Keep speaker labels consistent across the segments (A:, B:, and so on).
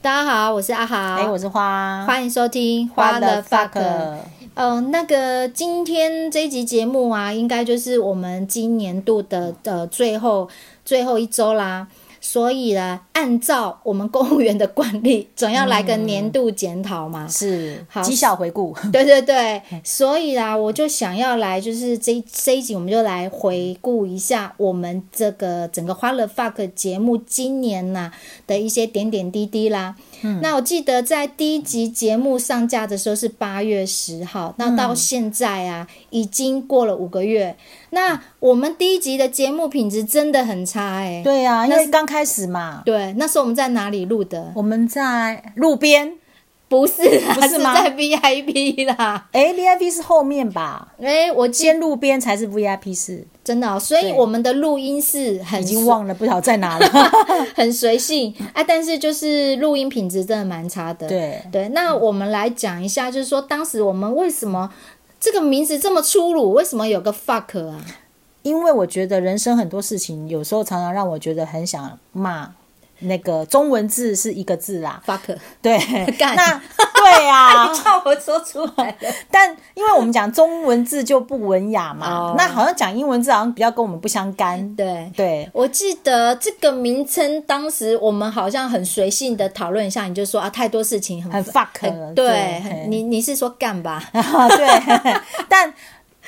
A: 大家好，我是阿豪，
B: 哎、我是花，
A: 欢迎收听《花的 fuck》。呃，那个今天这一集节目啊，应该就是我们今年度的呃最后最后一周啦。所以呢，按照我们公务员的惯例，总要来个年度检讨嘛。
B: 是
A: 好哎
B: 绩效回顾，
A: 对对对，所以啦，我就想要来，就是这一这一集，我们就来回顾一下我们这个整个《花了 fuck》节目今年呐、的一些点点滴滴啦。那我记得在第一集节目上架的时候是八月十号，那到现在啊，已经过了五个月。那我们第一集的节目品质真的很差哎、
B: 对啊，因
A: 那
B: 为刚开始嘛，
A: 对，那时候我们在哪里录的？
B: 我们在路边，
A: 不是啦，
B: 不是吗
A: 在 VIP 啦。
B: 哎、v i p 是后面吧？
A: 哎、我记
B: 先路边才是 VIP 室，
A: 真的、哦，所以
B: 对
A: 我们的录音是很
B: 已经
A: 随
B: 忘了，不晓得在哪了。
A: 很随性啊，但是就是录音品质真的蛮差的。
B: 对，
A: 对，那我们来讲一下，就是说当时我们为什么这个名字这么粗鲁？为什么有个 fuck 啊？
B: 因为我觉得人生很多事情，有时候常常让我觉得很想骂。那个中文字是一个字啦，
A: fuck，
B: 对，
A: 干
B: 那对 啊，
A: 叫我说出来了。
B: 但因为我们讲中文字就不文雅嘛，
A: 哦
B: 那好像讲英文字好像比较跟我们不相干。
A: 对。
B: 对，
A: 我记得这个名称，当时我们好像很随性的讨论一下，你就说啊，太多事情很
B: 很 fuck，
A: 很
B: 对
A: 对，
B: 嘿
A: 很你你是说干吧？
B: 啊， 对，但。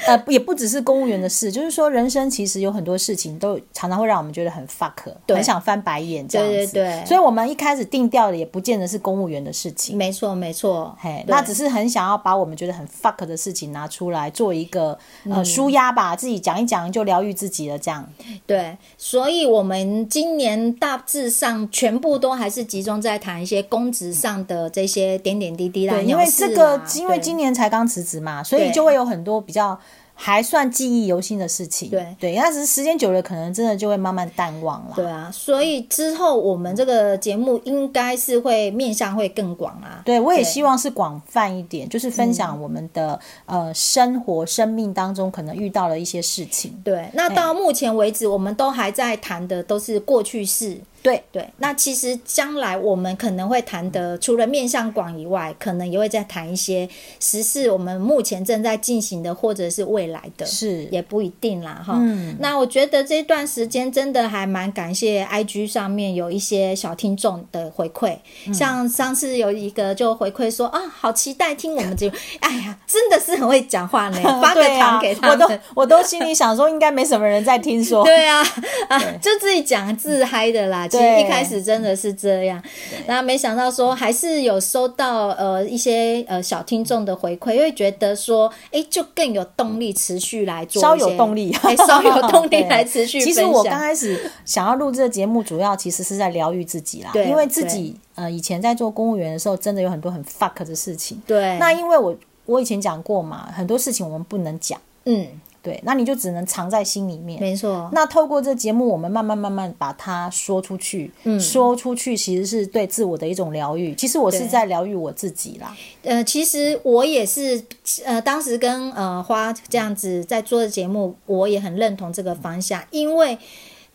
B: 呃，也不只是公务员的事，就是说，人生其实有很多事情都常常会让我们觉得很 fuck，
A: 对
B: 很想翻白眼这样子。
A: 对对对
B: 所以我们一开始定调的也不见得是公务员的事情，
A: 没错没错，
B: 嘿，
A: 对
B: 那只是很想要把我们觉得很 fuck 的事情拿出来做一个
A: 嗯
B: 呃舒压吧，自己讲一讲就疗愈自己了，这样。
A: 对，所以我们今年大致上全部都还是集中在谈一些公职上的这些点点滴滴啦。
B: 对，因为
A: 鸟事
B: 这个
A: 啦
B: 因为
A: 对
B: 今年才刚辞职嘛，所以
A: 对
B: 就会有很多比较还算记忆犹新的事情。
A: 对
B: 对，那只是时间久了，可能真的就会慢慢淡忘了。
A: 对啊，所以之后我们这个节目应该是会面向会更广啊。
B: 对，我也
A: 对嗯
B: 希望是广泛一点，就是分享我们的、呃生活、生命当中可能遇到了一些事情。
A: 对，那到目前为止，我们都还在谈的都是过去式。
B: 对，
A: 对，那其实将来我们可能会谈的，除了面向广以外，可能也会再谈一些时事，我们目前正在进行的，或者是未来的。
B: 是，
A: 也不一定啦，哈。
B: 嗯
A: 那我觉得这段时间真的还蛮感谢 IG 上面有一些小听众的回馈，像上次有一个就回馈说啊，好期待听我们节目，哎呀，真的是很会讲话呢，发个
B: 对
A: 糖
B: 啊
A: 给
B: 我
A: 他
B: 都
A: 们。
B: 我都心里想说，应该没什么人在听说。
A: 对 啊，啊，就自己讲自嗨的啦。其实
B: 哦对嗯
A: 一开始真的是这样，那没想到说还是有收到呃一些呃小听众的回馈，会觉得说，哎，就更有动力持续来做一些，
B: 稍有动力，
A: 哎，稍有动力
B: 对啊
A: 来持续分
B: 其
A: 享。
B: 实我刚开始想要录这个节目，主要其实是在疗愈自己啦，
A: 对
B: 因为自己呃以前在做公务员的时候，真的有很多很 fuck 的事情。
A: 对，
B: 那因为我我以前讲过嘛，很多事情我们不能讲，
A: 嗯，
B: 对，那你就只能藏在心里面。
A: 没错，
B: 那透过这节目，我们慢慢慢慢把它说出去，嗯、说出去其实是对自我的一种疗愈。其实我是
A: 对
B: 在疗愈我自己啦，
A: 呃，其实我也是，呃，当时跟呃花这样子在做的节目，我也很认同这个方向，因为。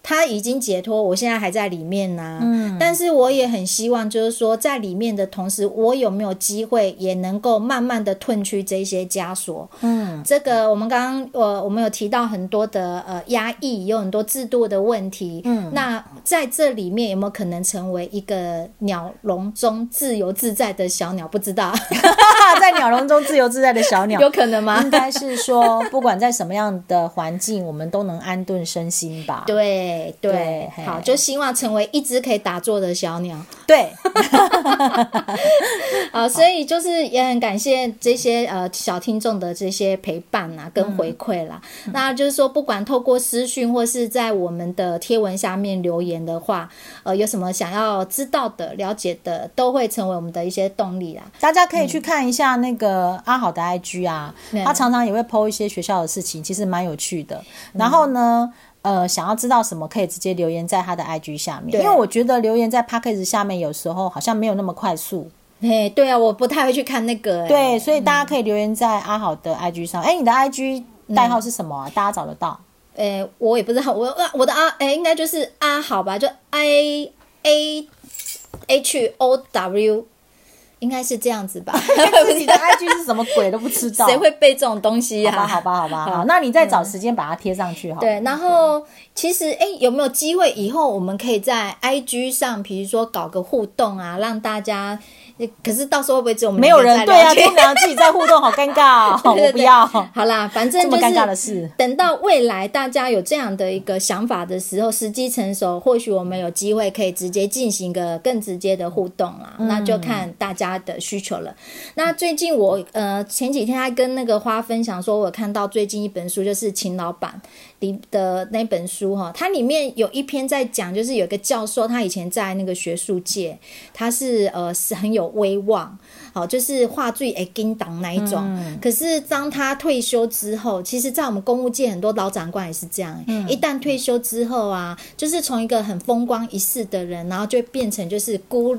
A: 他已经解脱，我现在还在里面呐、嗯，但是我也很希望，就是说，在里面的同时，我有没有机会也能够慢慢的褪去这些枷锁？
B: 嗯，
A: 这个我们刚刚我我们有提到很多的呃压抑，有很多制度的问题。嗯，那在这里面有没有可能成为一个鸟笼中自由自在的小鸟？不知道，
B: 在鸟笼中自由自在的小鸟，
A: 有可能吗
B: 应？该是说，不管在什么样的环境，我们都能安顿身心吧。
A: 对对
B: 对，嘿
A: 好，就希望成为一只可以打坐的小 鸟。
B: 对，
A: 好，所以就是也很感谢这些呃小听众的这些陪伴啊，跟回馈啦。那就是说，不管透过私讯或是在我们的贴文下面留言的话，呃，有什么想要知道的、了解的，都会成为我们的一些动力啦。
B: 大家可以去看一下那个阿好的 IG 啊，
A: 对
B: 他常常也会 PO 一些学校的事情，其实蛮有趣的。
A: 嗯
B: 然后呢？呃，想要知道什么可以直接留言在他的 IG 下面，
A: 对
B: 因为我觉得留言在 p a c k a g e 下面有时候好像没有那么快速，
A: 嘿，对啊，我不太会去看那个、欸，
B: 对，，所以大家可以留言在阿好的 IG 上。哎、你的 IG
A: 嗯
B: 代号是什么啊？大家找得 到？
A: 诶、啊我也不知道，我我的啊，诶、应该就是啊，好吧，就 A A H O W，应该是这样子吧？
B: 自己的 IG 是什么鬼都不知道，
A: 谁会背这种东西呀、
B: 好吧，好吧，好吧，好，那你再找时间把它贴上去好了。
A: 对，然后其实哎，诶有没有机会以后我们可以在 IG 上，比如说搞个互动啊，让大家，可是到时候会不会只有我们
B: 没有
A: 两
B: 人
A: 个
B: 对
A: 在聊
B: 啊，
A: 天
B: 跟我们俩自己在互动，好尴尬、哦，
A: 对对
B: 我不要。
A: 好啦，反正
B: 这
A: 就
B: 么
A: 是
B: 尴尬的事
A: 等到未来大家有这样的一个想法的时候，时机成熟，或许我们有机会可以直接进行一个更直接的互动啦。
B: 嗯
A: 那就看大家的需求了。那最近我呃前几天还跟那个花分享说，我有看到最近一本书就是秦老板里的那本书哈，它里面有一篇在讲，就是有一个教授，他以前在那个学术界，他是呃是很有威望，好就是话剧诶叮当那一种。
B: 嗯
A: 可是当他退休之后，其实，在我们公务界很多老长官也是这样、欸
B: 嗯
A: 一旦退休之后啊，就是从一个很风光一世的人，然后就变成就是孤。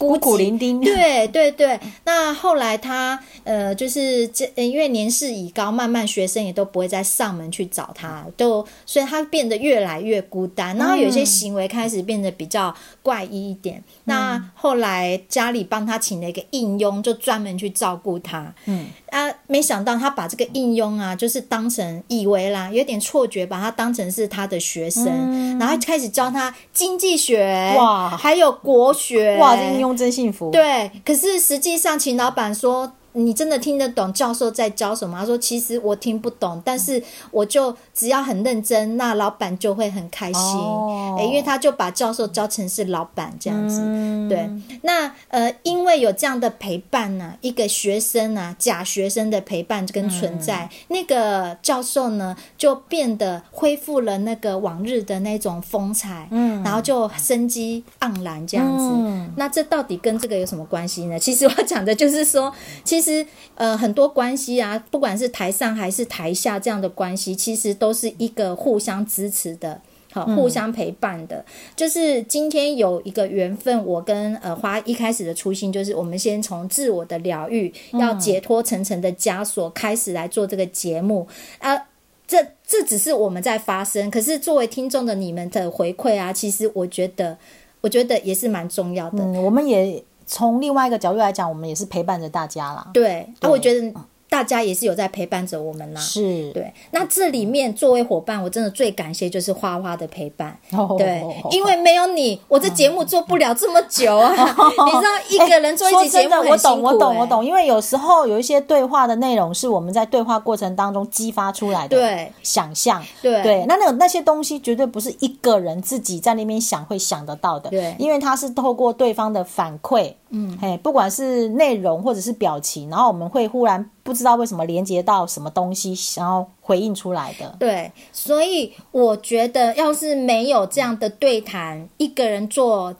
A: 孤
B: 孤苦
A: 寂
B: 伶仃
A: 对对对，那后来他呃，就是这，呃因为年事已高，慢慢学生也都不会再上门去找他，都所以他变得越来越孤单，然后有一些行为开始变得比较怪异一点。
B: 嗯
A: 那后来家里帮他请了一个应佣，就专门去照顾他。嗯啊，没想到他把这个应佣啊，就是当成以为啦，有点错觉，把他当成是他的学生，然后开始教他经济学
B: 嗯哇
A: 还有国学
B: 哇，这应用真幸福。，
A: 对，可是实际上秦老板说。你真的听得懂教授在教什么？他说：“其实我听不懂，但是我就只要很认真，那老板就会很开心。
B: 哦嗯
A: 诶因为他就把教授教成是老板这样子。对，那呃，因为有这样的陪伴呢、一个学生啊，假学生的陪伴跟存在，那个教授呢就变得恢复了那个往日的那种风采，嗯，然后就生机盎然这样子。
B: 嗯
A: 那这到底跟这个有什么关系呢？ 其实我要讲的就是说，其实呃很多关系啊，不管是台上还是台下这样的关系，其实都是一个互相支持的。好，互相陪伴的，就是今天有一个缘分，我跟呃花一开始的初心就是，我们先从自我的疗愈，要解脱层层的枷锁，开始来做这个节目，呃，这这只是我们在发声，可是作为听众的你们的回馈啊，其实我觉得，我觉得也是蛮重要的。
B: 嗯，我们也从另外一个角度来讲，我们也是陪伴着大家啦。
A: 对，啊，
B: 对
A: 我觉得大家也是有在陪伴着我们啦。
B: 是，
A: 对，那这里面作为伙伴，我真的最感谢就是花花的陪伴。
B: 哦哦
A: 对，因为没有你，我这节目做不了这么久啊！ 你知道一个人做一集
B: 哎说
A: 节
B: 真
A: 目
B: 的，
A: 很
B: 我
A: 辛
B: 懂，
A: 苦、
B: 我懂，
A: 欸
B: 我。懂。因为有时候有一些对话的内容是我们在对话过程当中激发出来的，
A: 对，
B: 想象，
A: 对
B: 那那个那些东西绝对不是一个人自己在那边想会想得到的，
A: 对
B: 因为它是透过对方的反馈，嗯，嘿，不管是内容或者是表情，然后我们会忽然不知道为什么连接到什么东西，然后回应出来的，
A: 对，所以我觉得要是没有这样的对谈，一个人做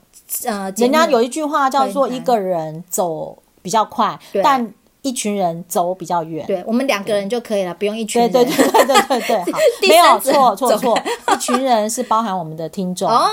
A: 呃，节
B: 人家
A: 目
B: 有一句话叫做“
A: 很难
B: 一个人走比较快
A: 对，
B: 但一群人走比较远”。
A: 对我们两个人就可以了，不用一群
B: 对
A: 人。，
B: 对对对对对对，好
A: 第
B: 没有
A: 三者
B: 错错
A: 走
B: 错，一群人是包含我们的听众，
A: 哦，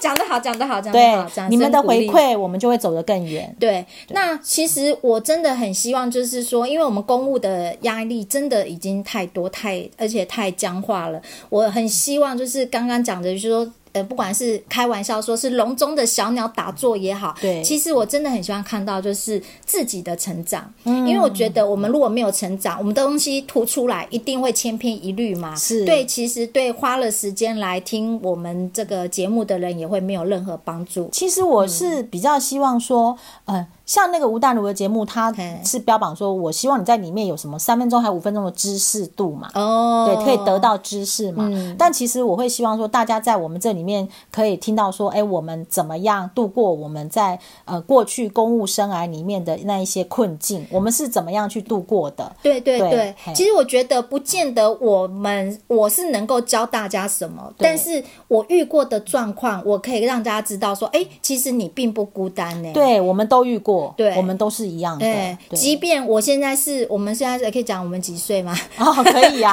A: 讲得好，讲得好，讲得
B: 对
A: 好，掌声
B: 你们的
A: 鼓励
B: 回馈，我们就会走得更远。
A: 对，那其实我真的很希望，就是说，因为我们公务的压力真的已经太多、太而且太僵化了。我很希望，就是刚刚讲的，就是说，呃，不管是开玩笑说是笼中的小鸟打坐也好，
B: 对
A: 其实我真的很希望看到就是自己的成长，因为我觉得我们如果没有成长，我们的东西吐出来一定会千篇一律嘛。
B: 是
A: 对，其实对花了时间来听我们这个节目的人也会没有任何帮助。
B: 其实
A: 嗯
B: 我是比较希望说，呃，像那个吴淡如的节目，他
A: 嘿
B: 是标榜说，我希望你在里面有什么三分钟还五分钟的知识度嘛，
A: 哦，嗯
B: 对，可以得到知识嘛。但其实我会希望说，大家在我们这里面可以听到说，哎，我们怎么样度过我们在呃过去公务生涯里面的那一些困境，我们是怎么样去度过的？
A: 对对
B: 对
A: 对，
B: 嘿
A: 其实我觉得不见得我们我是能够教大家什么，但是我遇过的状况，我可以让大家知道说，哎，其实你并不孤单欸呢、
B: 嗯对，我们都遇过，
A: 对哎
B: 我们都是一样的。
A: 对，即
B: 对，
A: 便我现在是我们现在可以讲我们几岁吗？
B: 哦，可以啊，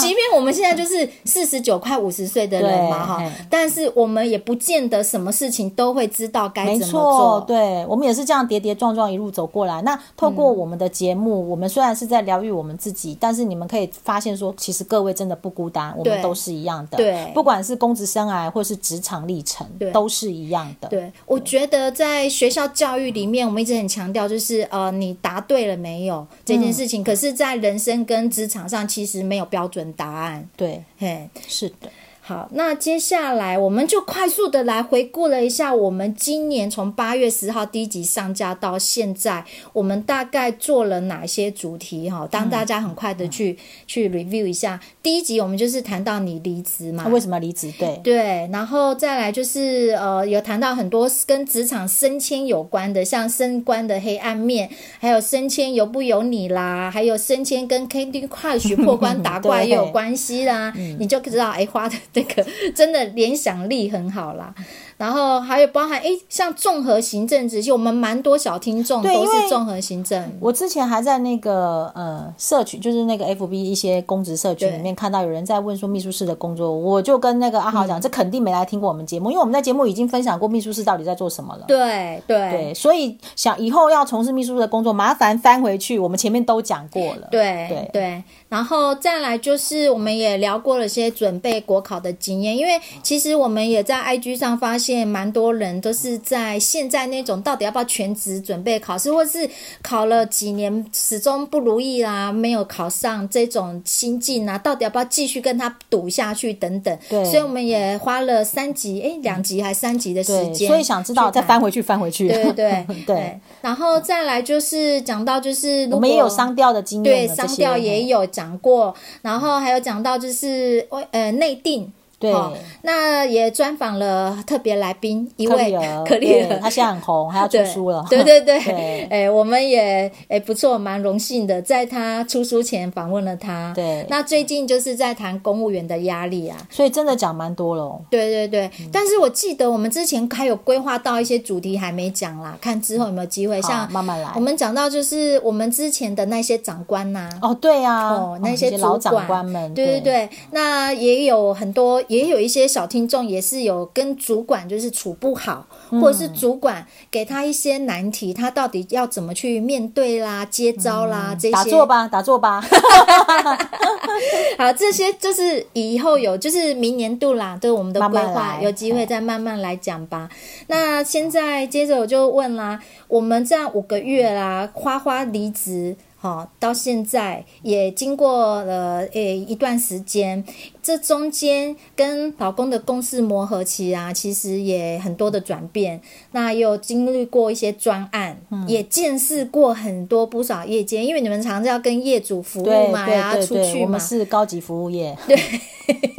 A: 即便我们现在就是四十九快五十岁的人嘛
B: 对
A: 哈
B: 嘿，
A: 但是我们也不见得什么事情都会知道该
B: 没
A: 怎么做
B: 错，。对我们也是这样跌跌撞撞一路走过来。那透过
A: 嗯
B: 我们的节目，我们虽然是在疗愈我们自己，但是你们可以发现说，其实各位真的不孤单，我
A: 对
B: 们都是一样的。
A: 对
B: 不管是公职生涯或是职场历程
A: 对，
B: 都是一样的。
A: 对，我觉得在学校教育里面，我们一直很强调，就是呃，你答对了没有这件事情。可是，在人生跟职场上，其实没有标准答案。
B: 对，
A: 嘿，
B: 是的，
A: 好，那接下来我们就快速的来回顾了一下，我们今年从八月十号第一集上架到现在，我们大概做了哪些主题哈？当大家很快的去、去 review 一下，第一集我们就是谈到你离职嘛
B: 那，啊为什么离职？对，
A: 啊对，然后再来就是呃，有谈到很多跟职场升迁有关的，像升官的黑暗面，还有升迁由不由你啦，还有升迁跟 Candy Crush 破 关打怪也有关系啦，
B: 嗯
A: 你就知道哎，花的这个真的联想力很好啦。然后还有包含哎，像综合行政职系，我们蛮多小听众
B: 对
A: 都
B: 因
A: 是
B: 为
A: 综合行政，
B: 我之前还在那个呃社群，就是那个 FB 一些公职社群里面看到有人在问说秘书室的工作，我就跟那个阿
A: 嗯
B: 豪讲，这肯定没来听过我们节目，因为我们在节目已经分享过秘书室到底在做什么了。
A: 对对
B: 对，所以想以后要从事秘书的工作，麻烦翻回去，我们前面都讲过了。
A: 对
B: 对
A: 对，然后再来就是我们也聊过了些准备国考的经验，因为其实我们也在 IG 上发现蛮多人都是在现在那种到底要不要全职准备考试，或是考了几年始终不如意啦、没有考上这种心境啊，到底要不要继续跟他赌下去等等。
B: 对
A: 所以我们也花了三集，哎，两集还三集的时
B: 对，
A: 间，
B: 所以想知道再翻。回去，翻回去。
A: 对对对 哎
B: 对
A: 然后再来就是讲到就是如果
B: 我们也有商调的经
A: 对，
B: 验了，
A: 商
B: 这些
A: 调也。有讲过，然后还有讲到就是呃内定。
B: 对
A: 好那也专访了特别来宾一
B: 克
A: 位
B: 丽尔，
A: 可丽
B: 对
A: 尔，
B: 他现在很 红，还要出
A: 对
B: 书了。
A: 对对对，
B: 对
A: 哎，我们也哎不错，蛮荣幸的，在他出书前访问了他。
B: 对
A: 那最近就是在谈公务员的压力啊，
B: 所以真的讲蛮多了哦。
A: 对对对，但是我记得我们之前还有规划到一些主题还没讲啦，看之后有没有机会，
B: 好
A: 像
B: 慢慢来
A: 我们讲到就是我们之前的那些长官呐、
B: 哦，对呀，
A: 哦
B: 哦，
A: 那些
B: 这
A: 主
B: 老长
A: 管
B: 官们，
A: 对对
B: 对。
A: 对，那也有很多，也有一些小听众也是有跟主管就是处不好，或
B: 嗯
A: 者是主管给他一些难题，他到底要怎么去面对啦、接招啦、这些。
B: 嗯打坐吧，打 坐吧。
A: 好，这些就是以后有，就是明年度啦，对我们的规
B: 慢慢
A: 划，
B: 来哎
A: 有机会再慢慢来讲吧。那现在接着我就问啦，我们这样五个月啦，花花离职。好，到现在也经过了诶、一段时间，这中间跟老公的共事磨合期啊，其实也很多的转变。那也有经历过一些专案，
B: 嗯
A: 也见识过很多不少业界，因为你们常常要跟业主服务
B: 对
A: 嘛，然后
B: 对
A: 啊
B: 对
A: 出
B: 对，
A: 去
B: 我
A: 嘛
B: 们。是高级服务业。对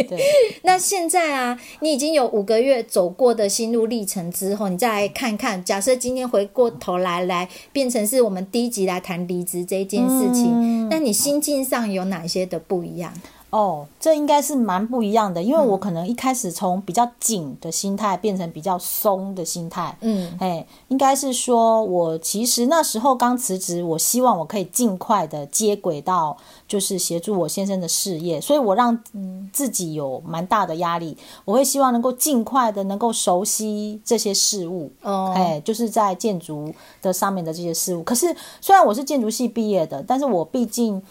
B: 对，
A: 那现在啊，你已经有五个月走过的心路历程之后，你再来看看，假设今天回过头来来变成是我们第一集来谈离职这件事情，
B: 嗯
A: 那你心境上有哪些的不一样？
B: 哦，这应该是蛮不一样的，因为我可能一开始从比较紧的心态变成比较松的心态。
A: 嗯，
B: 哎，应该是说，我其实那时候刚辞职，我希望我可以尽快的接轨到，就是协助我先生的事业，所以我让自己有蛮大的压力。我会希望能够尽快的能够熟悉这些事物，
A: 哦
B: 哎，就是在建筑的上面的这些事物。可是虽然我是建筑系毕业的，但是我毕竟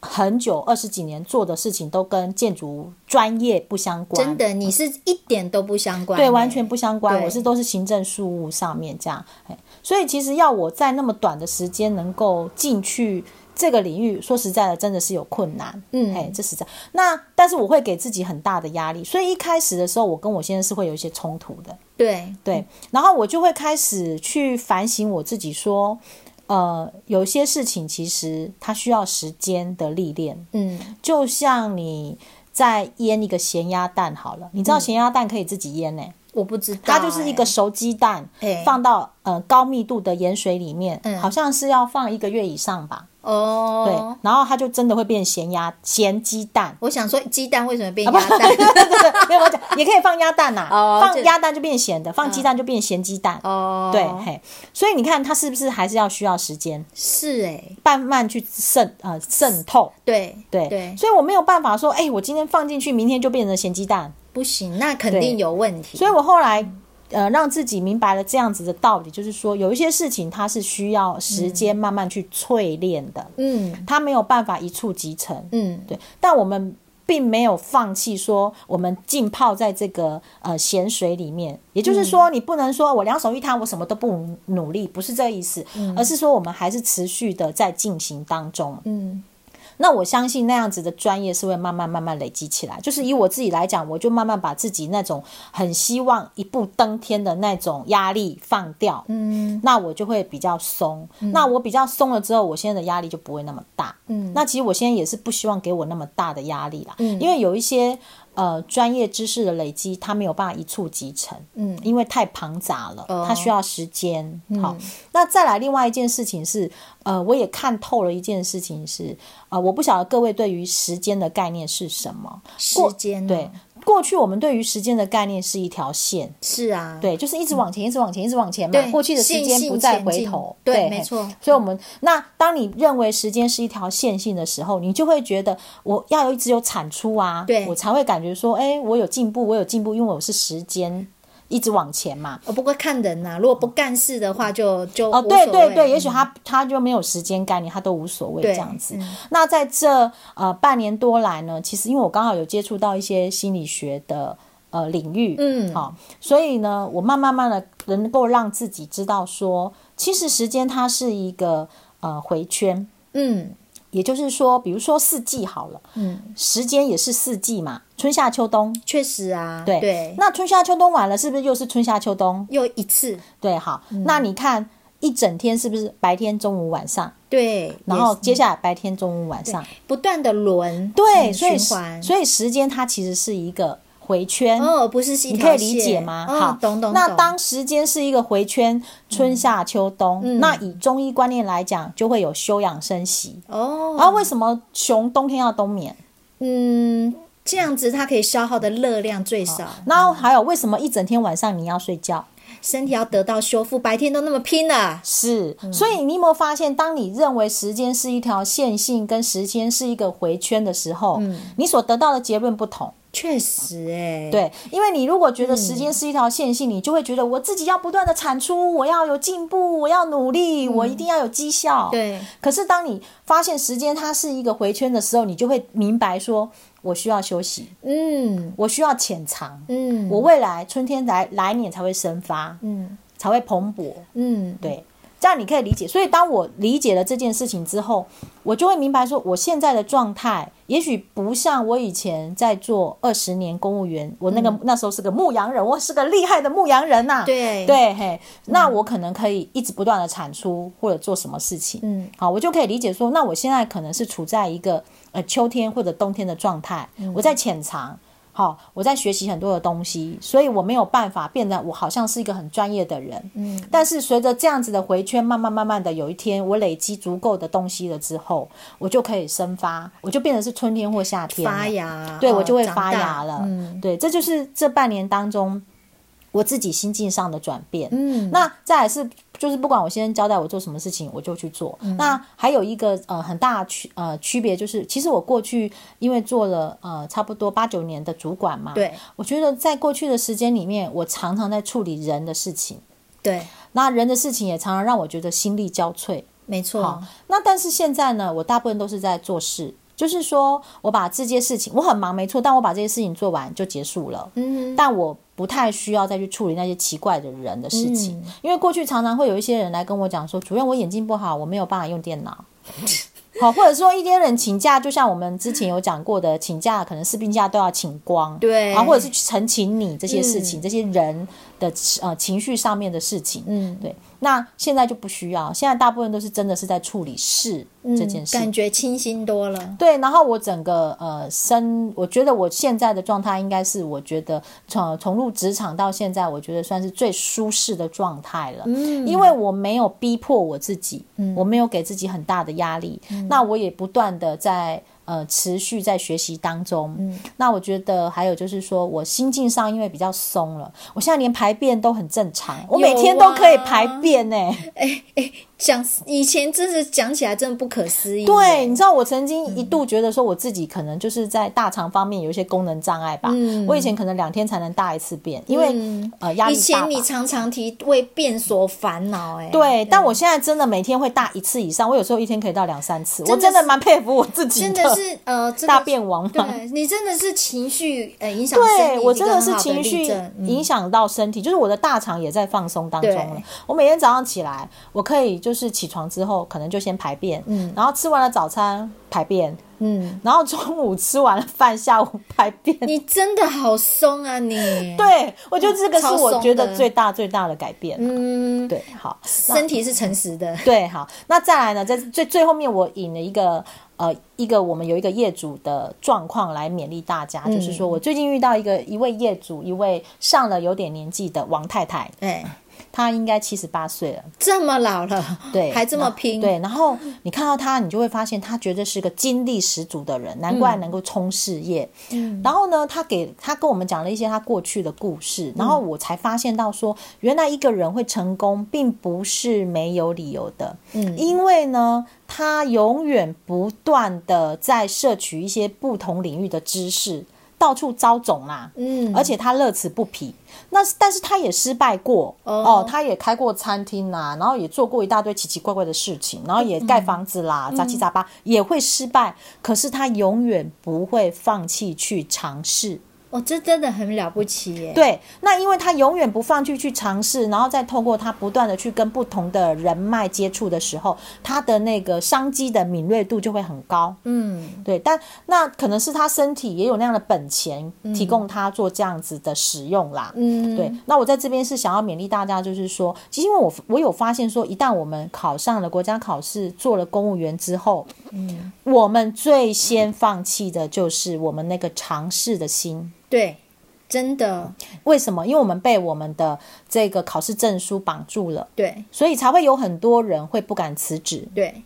B: 很久二十几年做的事情都跟建筑专业不相关，
A: 真的，你是一点都不相关、
B: 对，完全不相关。
A: 对
B: 我是都是行政事务上面这样，哎，所以其实要我在那么短的时间能够进去这个领域，说实在的，真的是有困难。
A: 嗯
B: 哎，这实在。那但是我会给自己很大的压力，所以一开始的时候，我跟我先生是会有一些冲突的。
A: 对，
B: 对，然后我就会开始去反省我自己，说，呃，有些事情其实它需要时间的历练，
A: 嗯，
B: 就像你在腌一个咸鸭蛋好了，你
A: 嗯
B: 知道咸鸭蛋可以自己腌呢、
A: 我不知道、
B: 它就是一个
A: 哎
B: 熟鸡蛋，
A: 哎
B: 放到呃高密度的盐水里面，
A: 嗯
B: 好像是要放一个月以上吧，对，
A: 哦，
B: 然后它就真的会变咸鸭咸鸡蛋。
A: 我想说鸡蛋为什么变
B: 啊
A: 鸭蛋？
B: 没有我讲，也可以放鸭蛋呐、
A: 哦
B: 放
A: 这嗯
B: 鸭蛋就变咸的，放鸡蛋就变咸鸡蛋。
A: 哦，
B: 对，嘿，所以你看它是不是还是要需要时间，
A: 是哎、
B: 慢慢去渗呃渗透。
A: 对
B: 对
A: 对，
B: 所以我没有办法说，哎、我今天放进去，明天就变成咸鸡蛋，
A: 不行，那肯定有问题。
B: 所以我后来呃让自己明白了这样子的道理，就是说有一些事情它是需要时间慢慢去淬炼的，
A: 嗯
B: 它没有办法一触即成。
A: 嗯，
B: 对，但我们并没有放弃，说我们浸泡在这个呃咸水里面。也就是说，你不能说我两手一摊，我什么都不努力，不是这意思，而是说我们还是持续的在进行当中。
A: 嗯
B: 那我相信那样子的专业是会慢慢慢慢累积起来。就是以我自己来讲，我就慢慢把自己那种很希望一步登天的那种压力放掉，
A: 嗯
B: 那我就会比较松。那我比较松了之后，我现在的压力就不会那么大。
A: 嗯，
B: 那其实我现在也是不希望给我那么大的压力啦，
A: 嗯
B: 因为有一些呃专业知识的累积，它没有办法一触即成，
A: 嗯
B: 因为太庞杂了，
A: 哦嗯
B: 它需要时间。好，那再来另外一件事情是，呃，我也看透了一件事情是，呃，我不晓得各位对于时间的概念是什么？
A: 时
B: 过
A: 间哦呢
B: 对，过去我们对于时间的概念是一条线，
A: 是啊，
B: 对，就是一直往前，一直往前，一直往前嘛
A: 对。
B: 过去的时
A: 线
B: 间
A: 性
B: 不再
A: 前
B: 回
A: 进
B: 头，
A: 对
B: 对，
A: 没错
B: 所以，我们那当你认为时间是一条线性的时候，你就会觉得我要有一直有产出啊，
A: 对
B: 我才会感觉说，哎，我有进步，我有进步，因为我是时间一直往前嘛。
A: 哦，不过看人呐、如果不干事的话就，就
B: 哦，
A: 无
B: 对
A: 所
B: 对
A: 谓嗯
B: 对，也许他他就没有时间概念，他都无所谓
A: 对
B: 这样子。
A: 嗯
B: 那在这呃半年多来呢，其实因为我刚好有接触到一些心理学的呃领域，
A: 嗯
B: 好、所以呢，我慢慢慢的能够让自己知道说，其实时间它是一个呃回圈，
A: 嗯
B: 也就是说，比如说四季好了，
A: 嗯，
B: 时间也是四季嘛，春夏秋冬。
A: 确实啊，
B: 对
A: 对，嗯
B: 那春夏秋冬完了，是不是又是春夏秋冬？
A: 又一次，
B: 对，好，
A: 嗯
B: 那你看一整天是不是白天、中午、晚上？
A: 对，
B: 然
A: 也
B: 后
A: 是
B: 接下来白天、中午、晚上，
A: 不断的轮，
B: 对，
A: 嗯
B: 所以
A: 循环，
B: 所以时间它其实是一个回圈，
A: 哦，不是一
B: 你
A: 条
B: 可以
A: 线
B: 理解吗？
A: 哦、
B: 好，
A: 懂懂。
B: 那
A: 懂
B: 当时间是一个回圈，春夏秋冬，
A: 嗯
B: 那以中医观念来讲，就会有休养生息。
A: 哦，
B: 啊，为什么熊冬天要冬眠？
A: 嗯，这样子它可以消耗的热量最少，
B: 然后还有为什么一整天晚上你要睡觉？
A: 身体要得到修复，白天都那么拼了，
B: 是，
A: 嗯
B: 所以你有没有发现，当你认为时间是一条线性，跟时间是一个回圈的时候，
A: 嗯
B: 你所得到的结论不同。
A: 确实哎、
B: 对，因为你如果觉得时
A: 嗯
B: 间是一条线性，你就会觉得我自己要不断的产出，我要有进步，我要努力，我一定要有绩效。。
A: 对
B: 可是当你发现时间它是一个回圈的时候，你就会明白说，我需要休息，
A: 嗯
B: 我需要潜藏，
A: 嗯，
B: 我未来春天来来年才会生发，
A: 嗯
B: 才会蓬勃。
A: 嗯
B: 对，这样你可以理解。所以当我理解了这件事情之后，我就会明白说，我现在的状态也许不像我以前在做二十年公务员，我那个、那时候是个牧羊人，我是个厉害的牧羊人呐、
A: 对
B: 对嘿，那
A: 嗯
B: 我可能可以一直不断的产出或者做什么事情，
A: 嗯，
B: 好，我就可以理解说，那我现在可能是处在一个呃秋天或者冬天的状态，
A: 嗯
B: 我在潜藏。好，我在学习很多的东西，所以我没有办法变得我好像是一个很专业的人。嗯，但是随着这样子的回圈，慢慢慢慢的，有一天我累积足够的东西了之后，我就可以生发，我就变成是春天或夏天了
A: 发芽，
B: 对我
A: 哦
B: 就会
A: 长大
B: 发芽了。
A: 嗯
B: 对，这就是这半年当中我自己心境上的转变。
A: 嗯，
B: 那再来是就是不管我先生交代我做什么事情，我就去做。
A: 嗯
B: 那还有一个呃很大的区呃区别就是，其实我过去因为做了呃差不多八九年的主管嘛，
A: 对
B: 我觉得在过去的时间里面，我常常在处理人的事情，
A: 对，
B: 那人的事情也常常让我觉得心力交瘁。
A: 没错，
B: 那但是现在呢，我大部分都是在做事，就是说我把这件事情我很忙没错，但我把这些事情做完就结束了。
A: 嗯
B: 但我不太需要再去处理那些奇怪的人的事情，
A: 嗯
B: 因为过去常常会有一些人来跟我讲说，主任我眼睛不好，我没有办法用电脑。 好，或者说一些人请假，就像我们之前有讲过的，请假可能是病假都要请光，
A: 对
B: 啊，或者是去澄清你这些事情，这些人的呃情绪上面的事情，
A: 嗯
B: 对。那现在就不需要，现在大部分都是真的是在处理事这件事
A: 嗯
B: 情
A: 感觉清新多了，
B: 对，然后我整个呃生，我觉得我现在的状态应该是，我觉得从从入职场到现在，我觉得算是最舒适的状态了。嗯，因为我没有逼迫我自己，嗯，我没有给自己很大的压力，
A: 嗯
B: 那我也不断的在。呃，持续在学习当中，嗯，那我觉得还有就是说，我心境上因为比较松了，我现在连排便都很正常，我每
A: 有
B: 天都可以
A: 啊
B: 排便呢、欸
A: 哎哎，想以前真是讲起来真的不可思议。
B: 对，你知道我曾经一度
A: 嗯
B: 觉得说我自己可能就是在大肠方面有一些功能障碍吧。嗯，我以前可能两天才能大一次便，因为、呃压力
A: 以
B: 大
A: 前你
B: 吧
A: 常常提为变所烦恼，哎，
B: 对，但我现在真的每天会大一次以上，我有时候一天可以到两三次，我
A: 的
B: 真的蛮佩服我自己
A: 真的是呃，这个
B: 大变王嘛。
A: 对你真的是情绪呃影响生
B: 对
A: 理
B: 我
A: 一
B: 真
A: 个
B: 的
A: 很
B: 是
A: 好
B: 情
A: 例
B: 绪
A: 证嗯
B: 影响到身体，就是我的大肠也在放松当中了
A: 对。
B: 我每天早上起来，我可以就是起床之后，可能就先排便，嗯，然后吃完了早餐排便，
A: 嗯，
B: 然后中午吃完了饭，下午排便。
A: 你真的好松啊你。对，
B: 对，我觉得这个是
A: 超
B: 我
A: 松
B: 觉得
A: 的
B: 最大最大的改变。
A: 嗯，
B: 对，好，那
A: 身体是诚实的。
B: 对，好，那再来呢，在最最后面，我引了一个呃一个我们有一个业主的状况来勉励大家，就是说我最近遇到一个一位业主，一位上了有点年纪的王太太，
A: 哎、
B: 她应该七十八岁了，
A: 这么老了，
B: 对，
A: 还这么
B: 那
A: 拼，
B: 对，然后你看到她，你就会发现她绝对是个精力十足的人，难怪能够冲事业。嗯，然后呢，她给她跟我们讲了一些她过去的故事，然后我才发现到说，原来一个人会成功，并不是没有理由的。嗯，因为呢，她永远不断的在摄取一些不同领域的知识，到处招总啊啦、
A: 嗯，
B: 而且他乐此不疲。那但是他也失败过哦他也开过餐厅啦、然后也做过一大堆奇奇怪怪的事情，然后也盖房子啦，杂七杂八也会失败。可是他永远不会放弃去尝试。
A: 哦，这真的很了不起耶。
B: 对，那因为他永远不放弃去尝试，然后再透过他不断的去跟不同的人脉接触的时候，他的那个商机的敏锐度就会很高。
A: 嗯，
B: 对，但那可能是他身体也有那样的本钱，提供他做这样子的使用啦。
A: 嗯，
B: 对，那我在这边是想要勉励大家，就是说，其实因为我我有发现说，一旦我们考上了国家考试，做了公务员之后，嗯，我们最先放弃的就是我们那个尝试的心。
A: 对，真的，
B: 为什么？因为我们被我们的这个考试证书绑住了，
A: 对
B: 所以才会有很多人会不敢辞职，
A: 对，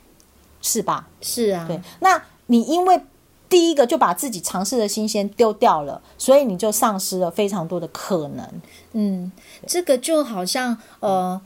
B: 是吧？
A: 是啊，
B: 对，那你因为第一个就把自己尝试的新鲜丢掉了，所以你就丧失了非常多的可能。
A: 嗯，这个就好像呃。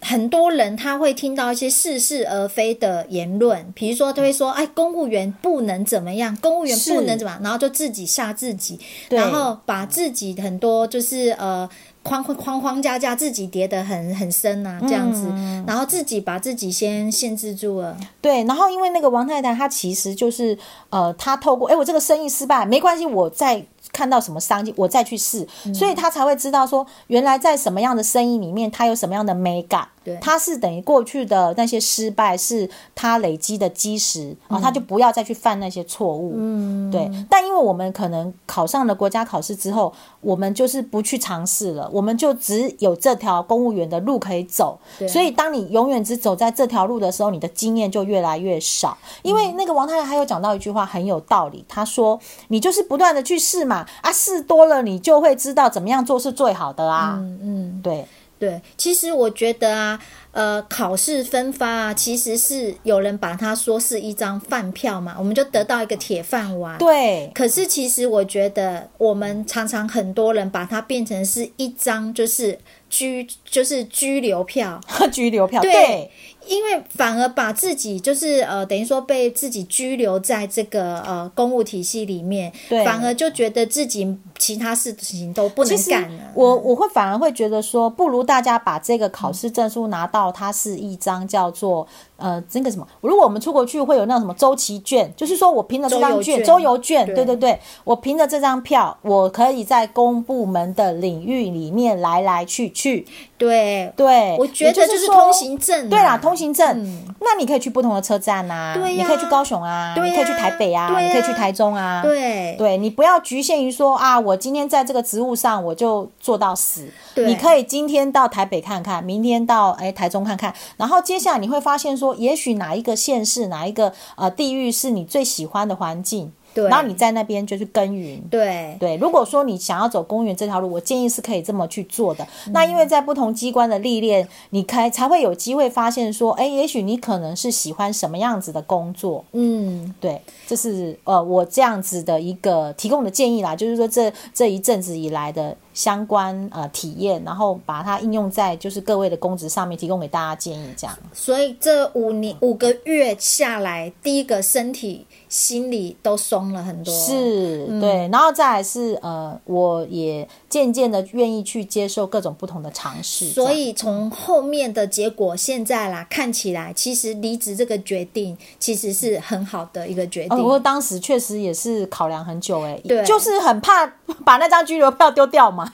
A: 很多人他会听到一些似是而非的言论，比如说他会说：“哎，公务员不能怎么样，公务员
B: 嗯是
A: 不能怎么样。”然后就自己吓自己，
B: 对
A: 然后把自己很多就是呃框框框框架架自己叠得很很深啊，这样子，
B: 嗯
A: 然后自己把自己先限制住了。
B: 对，然后因为那个王太太，她其实就是呃，她透过哎，我这个生意失败没关系，我再看到什么商机，我再去试，所以她才会知道说，原来在什么样的生意里面，她有什么样的美感。
A: 对
B: 她是等于过去的那些失败是她累积的基石啊，她就不要再去犯那些错误。嗯，对。但因为我们可能考上了国家考试之后，我们就是不去尝试了，我们就只有这条公务员的路可以走，所以。所以当你永远只走在这条路的时候，你的经验就越来越少。因为那个王太太她有讲到一句话很有道理，她说：“你就是不断的去试嘛，啊，试多了你就会知道怎么样做是最好的啦。”嗯嗯，对
A: 对，其实我觉得啊，呃，考试分发啊，其实是有人把它说是一张饭票嘛，我们就得到一个铁饭碗。。
B: 对
A: 可是其实我觉得，我们常常很多人把它变成是一张就是居就是居留票，
B: 拘留票
A: 对
B: 对
A: 因为反而把自己就是呃，等于说被自己拘留在这个呃公务体系里面，
B: 对
A: 反而就觉得自己其他事情都不
B: 其
A: 能
B: 实
A: 干了。
B: 我我会反而会觉得说，不如大家把这个考试证书拿到，它是一张叫做呃那个什么，如果我们出国去会有那种什么周期券，就是说我凭着这张券，周
A: 周游券
B: 游券，
A: 对
B: 对对对，我凭着这张票，我可以在公部门的领域里面来来去去，
A: 对，
B: 对，
A: 我觉
B: 也
A: 得
B: 就
A: 就是
B: 说
A: 通行证、啊
B: 对啦，通行证，那你可以去不同的车站呐、
A: 对呀
B: 你可以去高雄啊，
A: 对呀
B: 你可以去台北啊，
A: 对呀
B: 你可以去台中啊，
A: 对
B: 对你不要局限于说啊，我今天在这个职务上我就做到死。
A: 对
B: 你可以今天到台北看看，明天到哎台中看看，然后接下来你会发现说，也许哪一个县市、哪一个呃地域是你最喜欢的环境，
A: 对
B: 然后你在那边就去耕耘。
A: 对
B: 对，如果说你想要走公园这条路，我建议是可以这么去做的。
A: 嗯
B: 那因为在不同机关的历练，你开才会有机会发现说，哎，也许你可能是喜欢什么样子的工作。
A: 嗯，
B: 对，这是呃我这样子的一个提供的建议啦，就是说这这一阵子以来的相关呃体验，然后把它应用在就是各位的公职上面，提供给大家建议这样。
A: 所以这五年五个月下来，第一个身体、心理都松了很多。
B: 是，
A: 嗯
B: 对，然后再来是呃，我也渐渐的愿意去接受各种不同的尝试，这样
A: 所以从后面的结果，现在啦看起来，其实离职这个决定其实是很好的一个决
B: 哦，
A: 定。
B: 不过当时确实也是考量很久、欸，
A: 对
B: 就是很怕把那张拘留票丢掉嘛。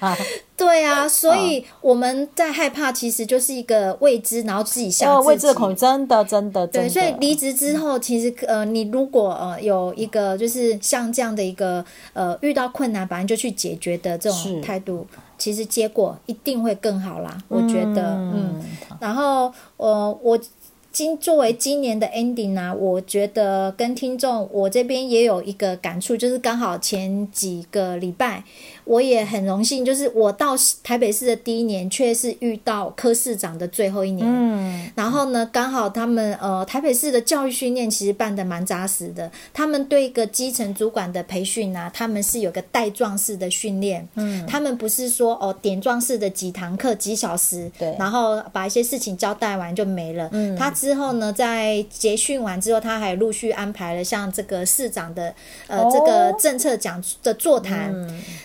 A: 对
B: 嗯
A: 啊，所以我们在害怕，其实就是一个未知，然后自己吓
B: 呃，
A: 自己。
B: 未知的恐惧，真的，真的，
A: 对，
B: 真的。嗯
A: 所以离职之后，其实呃，你如果呃有一个就是像这样的一个呃遇到困难，反正就去解决的这
B: 是
A: 种态度，其实结果一定会更好啦，我觉得，嗯。然后呃，我今作为今年的 ending 呢、我觉得跟听众我这边也有一个感触，就是刚好前几个礼拜，我也很荣幸，就是我到台北市的第一年，却是遇到柯市长的最后一年。
B: 嗯，
A: 然后呢，刚好他们呃台北市的教育训练其实办的蛮扎实的，他们对一个基层主管的培训啊，他们是有个带状式的训练，嗯，他们不是说哦点状式的几堂课几小时，
B: 对
A: 然后把一些事情交代完就没了，
B: 嗯
A: 他之后呢，在结训完之后，他还陆续安排了像这个市长的呃、
B: 哦嗯
A: 这个政策讲的座谈，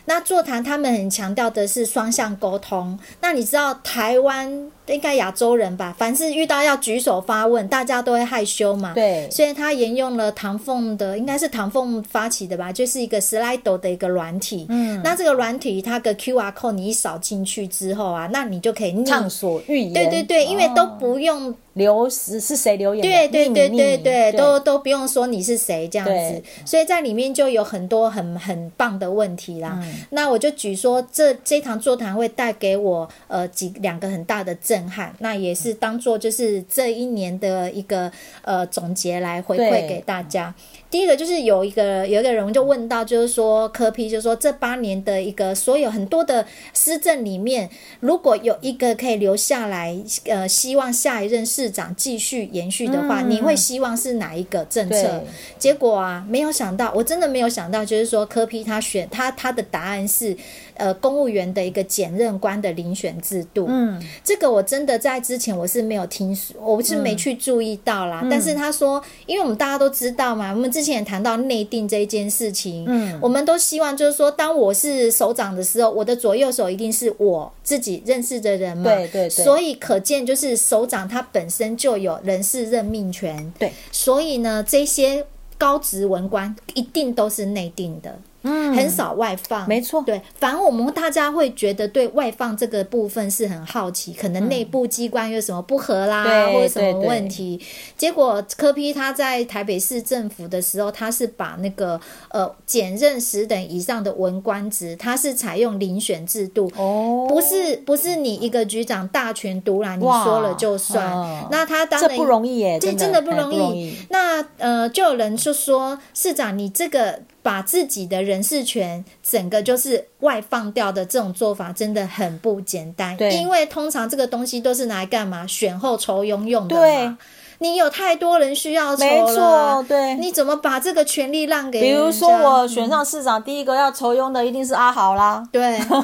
A: 那座谈他们很强调的是双向沟通。那你知道台湾应该亚洲人吧？凡是遇到要举手发问，大家都会害羞嘛。。
B: 对，
A: 所以他沿用了唐凤的，应该是唐凤发起的吧，就是一个 Slido 的一个软体。嗯，那这个软体它的 QR code 你一扫进去之后啊，那你就可以逆
B: 畅所欲言。哦
A: 对对对，因为都不用
B: 留是是谁留言
A: 对
B: 的？
A: 对
B: 匿
A: 对
B: 名
A: 对
B: 匿名
A: 对，都都不用说你是谁这样子
B: 对，
A: 所以在里面就有很多很很棒的问题啦。
B: 嗯
A: 那我就举说这这堂座谈会带给我呃几两个很大的震撼，那也是当做就是这一年的一个呃总结来回
B: 对
A: 馈给大家。第一个就是有一个有一个人就问到，就是说柯批，就是说这八年的一个所有很多的施政里面，如果有一个可以留下来，呃，希望下一任市长继续延续的话，你会希望是哪一个政策
B: 对？
A: 结果啊，没有想到，我真的没有想到，就是说柯批他选他他的答案是，呃，公务员的一个检任官的遴选制度。
B: 嗯，
A: 这个我真的在之前我是没有听说，我是没去注意到
B: 嗯
A: 啦。但是他说，因为我们大家都知道嘛，我们之前也谈到内定这一件事情，
B: 嗯，
A: 我们都希望就是说，当我是首长的时候，我的左右手一定是我自己认识的人嘛，
B: 对对对
A: 所以可见就是首长他本身就有人事任命权，
B: 对，
A: 所以呢，这些高职文官一定都是内定的。
B: 嗯，
A: 很少外放，
B: 没错
A: 对，反而我们大家会觉得对外放这个部分是很好奇，可能内部机关有什么不合啦，
B: 嗯对
A: 或者什
B: 对
A: 么
B: 对
A: 问题。结果柯批他在台北市政府的时候，他是把那个呃检任十等以上的文官职，他是采用遴选制度，
B: 哦，
A: 不是不是你一个局长大权独揽，你
B: 哇
A: 说了就算。
B: 嗯
A: 那他当
B: 这
A: 然
B: 不容易耶，
A: 这
B: 真哎
A: 真的
B: 不
A: 不容易。
B: 易。
A: 那呃，就有人就说，市长，你这个把自己的人事权整个就是外放掉的这种做法，真的很不简单。
B: 对
A: 因为通常这个东西都是拿来干嘛？选后酬庸用的
B: 对
A: 嘛。你有太多人需要酬
B: 没错
A: 了，，
B: 对。
A: 你怎么把这个权利让给
B: 比如
A: 人
B: 说
A: 家
B: 我选上市
A: 嗯
B: 长，第一个要酬庸的一定是阿豪啦。
A: 对，
B: 好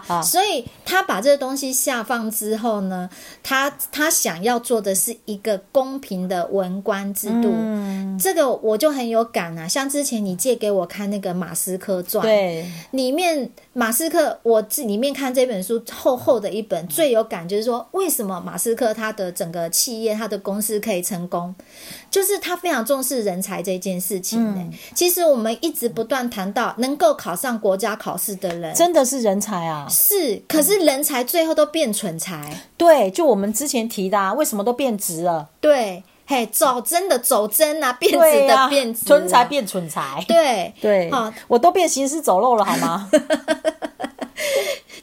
A: 好，所以他把这个东西下放之后呢，他他想要做的是一个公平的文官制度。
B: 嗯，
A: 这个我就很有感啊，像之前你借给我看那个《马斯克传》，，
B: 对，
A: 里面马斯克，我自里面看这本书厚厚的一本，最有感就是说，为什么马斯克他的整个企业、他的公司可以成功，就是他非常重视人才这件事情、呢。
B: 嗯
A: 其实我们一直不断谈到能够考上国家考试的人。
B: 真的是人才啊。
A: 是，可是人才最后都变蠢
B: 嗯
A: 才，
B: 对，就我们之前提的、啊，为什么都变质了？
A: 对，嘿，走真的走真啊，变
B: 对
A: 质
B: 呀、
A: 的变质、
B: 蠢才，变蠢才。
A: 对
B: 对，
A: 好
B: 我都变行尸走肉了，好 吗？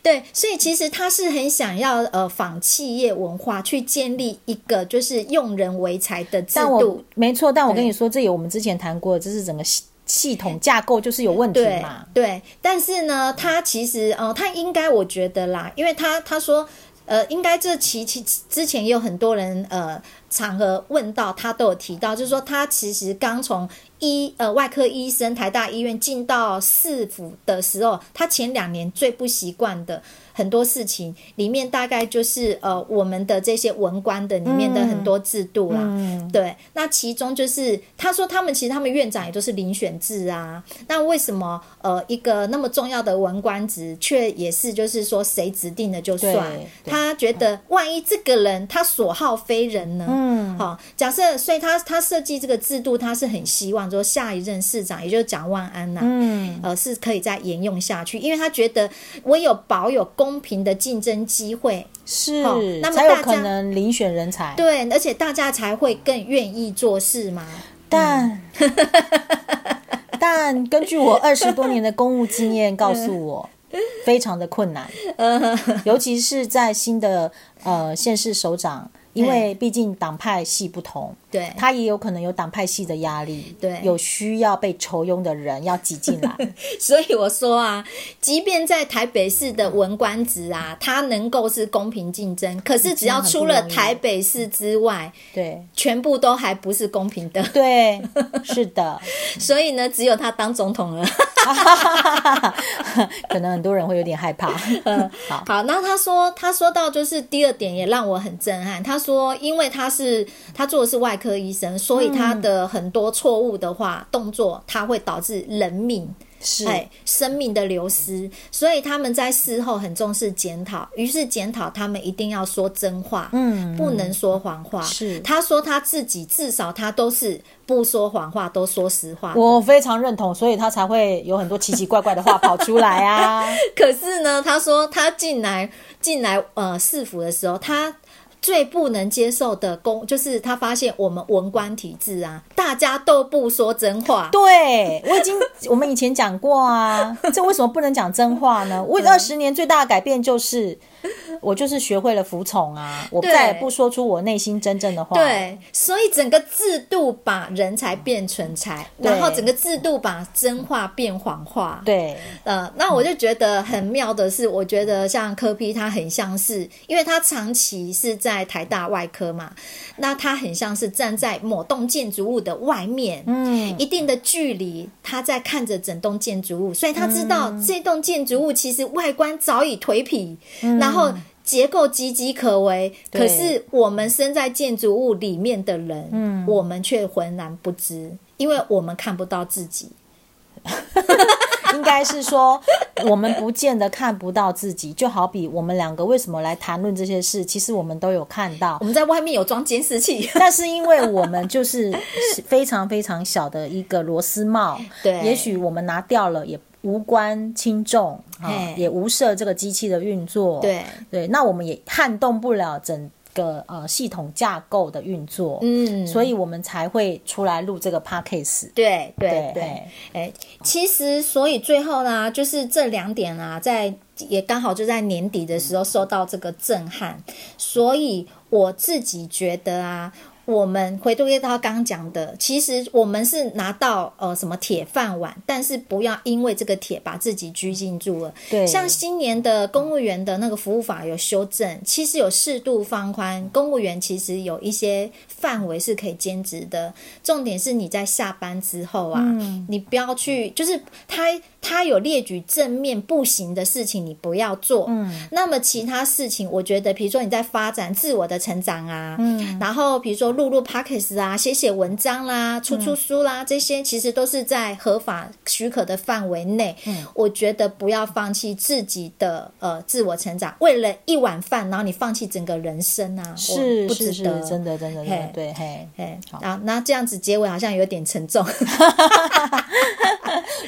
A: 对，所以其实他是很想要呃仿企业文化，去建立一个就是用人为才的制
B: 但我
A: 度。
B: 没错，但我跟
A: 对
B: 你说，这也我们之前谈过，这是整个系系统架构就是有问题
A: 对
B: 嘛。
A: 对，但是呢，他其实呃，他应该我觉得啦，因为他他说呃，应该这期期之前也有很多人呃场合问到他都有提到，就是说他其实刚从医呃外科医生，台大医院进到市府的时候，他前两年最不习惯的很多事情，里面大概就是呃我们的这些文官的里面的很多制度啦，对，那其中就是他说他们其实他们院长也都是遴选制啊，那为什么呃一个那么重要的文官职，却也是就是说谁指定的就算
B: 对，对
A: 他觉得万一这个人他所好非人呢？嗯，好、假设所以他他设计这个制度，他是很希望说下一任市长，也就是蒋万安呐、嗯，呃，是可以再沿用下去，因为他觉得我有保有公平的竞争机会，
B: 是
A: 好那么
B: 才有
A: 大
B: 可
A: 家
B: 能遴选人才。
A: 对，而且大家才会更愿意做事嘛。
B: 但
A: 嗯
B: 但根据我二十多年的公务经验告 诉我，非常的困难，
A: 嗯
B: 尤其是在新的呃县市首长，因为毕竟党派系不同，
A: 对
B: 他也有可能有党派系的压力，
A: 对
B: 有需要被抽佣的人要挤进 来，
A: 所以我说啊，即便在台北市的文官职啊，它能够是公平竞争，可是只要出了台北市之外，
B: 对
A: 全部都还不是公平的。
B: 对，是的，
A: 所以呢，只有他当总统了。
B: 可能很多人会有点 害怕，
A: 嗯
B: 好，
A: 好，那他说，他说到就是第二点也让我很震撼。他说，因为他是他做的是外科医生，所以他的很多错误的话、动作，他会导致人命。
B: 是。
A: 哎，生命的流失，所以他们在事后很重视检讨。于是检讨，他们一定要说真话，
B: 嗯
A: 不能说谎话。
B: 是
A: 他说他自己至少他都是不说谎话，都说实话。
B: 我非常认同，所以他才会有很多奇奇怪怪的话跑出来啊。
A: 可是呢，他说他进来进来呃市府的时候，他最不能接受的公就是他发现我们文官体制啊，大家都不说真话。
B: 对，我已经我们以前讲过啊，这为什么不能讲真话呢？我二十年最大的改变就是，我就是学会了服从啊，我
A: 对
B: 再也不说出我内心真正的话。，
A: 对，所以整个制度把人才变成才，
B: 对
A: 然后整个制度把真话变谎话。，
B: 对，
A: 呃，那我就觉得很妙的是，我觉得像柯批他很像是，因为他长期是在台大外科嘛，那他很像是站在某栋建筑物的外面，
B: 嗯，
A: 一定的距离，他在看着整栋建筑物，所以他知道
B: 嗯
A: 这栋建筑物其实外观早已颓圮，然后结构岌岌可危。
B: 嗯对
A: 可是我们身在建筑物里面的人，
B: 嗯
A: 我们却浑然不知，因为我们看不到自己。
B: 应该是说我们不见得看不到自己，就好比我们两个为什么来谈论这些事，其实我们都有看到
A: 我。们在外面有装监视器，
B: 但是因为我们就是非常非常小的一个螺丝帽，
A: 对
B: 也许我们拿掉了也无关轻重啊
A: 嘿，
B: 也无涉这个机器的运作，
A: 对
B: 对，那我们也撼动不了整个呃系统架构的运作，
A: 嗯
B: 所以我们才会出来录这个 podcast，
A: 对对
B: 对
A: 对
B: 嘿，
A: 哎，其实所以最后呢，就是这两点啊，在也刚好就在年底的时候受到这个震撼，所以我自己觉得啊。我们回归到刚刚讲的，其实我们是拿到呃什么铁饭碗，但是不要因为这个铁把自己拘禁住了。
B: 对
A: 像今年的公务员的那个服务法有修正，其实有适度放宽，公务员其实有一些范围是可以兼职的。重点是你在下班之后啊，
B: 嗯
A: 你不要去，就是他他有列举正面不行的事情，你不要做。嗯，那么其他事情，我觉得，比如说你在发展自我的成长啊，嗯，然后比如说录录 p o c k e t 啊，写写文章
B: 嗯
A: 啦，出出书啦，这些其实都是在合法许可的范围内。嗯，我觉得不要放弃自己的呃自我成长，为了一碗饭，然后你放弃整个人生啊，我
B: 是
A: 不
B: 是
A: 值
B: 是，
A: 得，
B: 真的真的真的
A: 嘿
B: 对，嘿，
A: 哎，好，那这样子结尾好像有点沉重。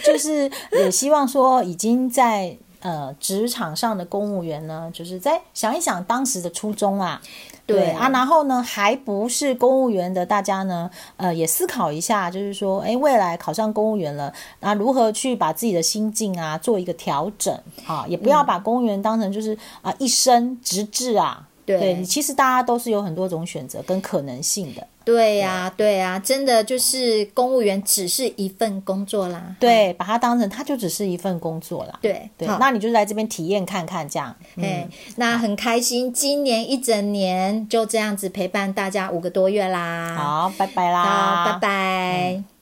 B: 就是也希望说已经在。呃，职场上的公务员呢，就是在想一想当时的初衷啊，对啊，然后呢，还不是公务员的大家呢，呃，也思考一下，就是说，哎，未来考上公务员了，那如何去把自己的心境啊做一个调整啊，也不要把公务员当成就是啊、一生直至啊，
A: 对
B: 你其实大家都是有很多种选择跟可能性的，
A: 对呀、对呀、真的就是公务员只是一份工作啦。
B: 对，嗯把它当成它就只是一份工作啦，
A: 对
B: 对，
A: 好
B: 那你就来这边体验看看这样，嗯，
A: 哎，那很开心，今年一整年就这样子陪伴大家五个多月啦。
B: 嗯好，拜拜啦，嗯
A: 好，拜拜。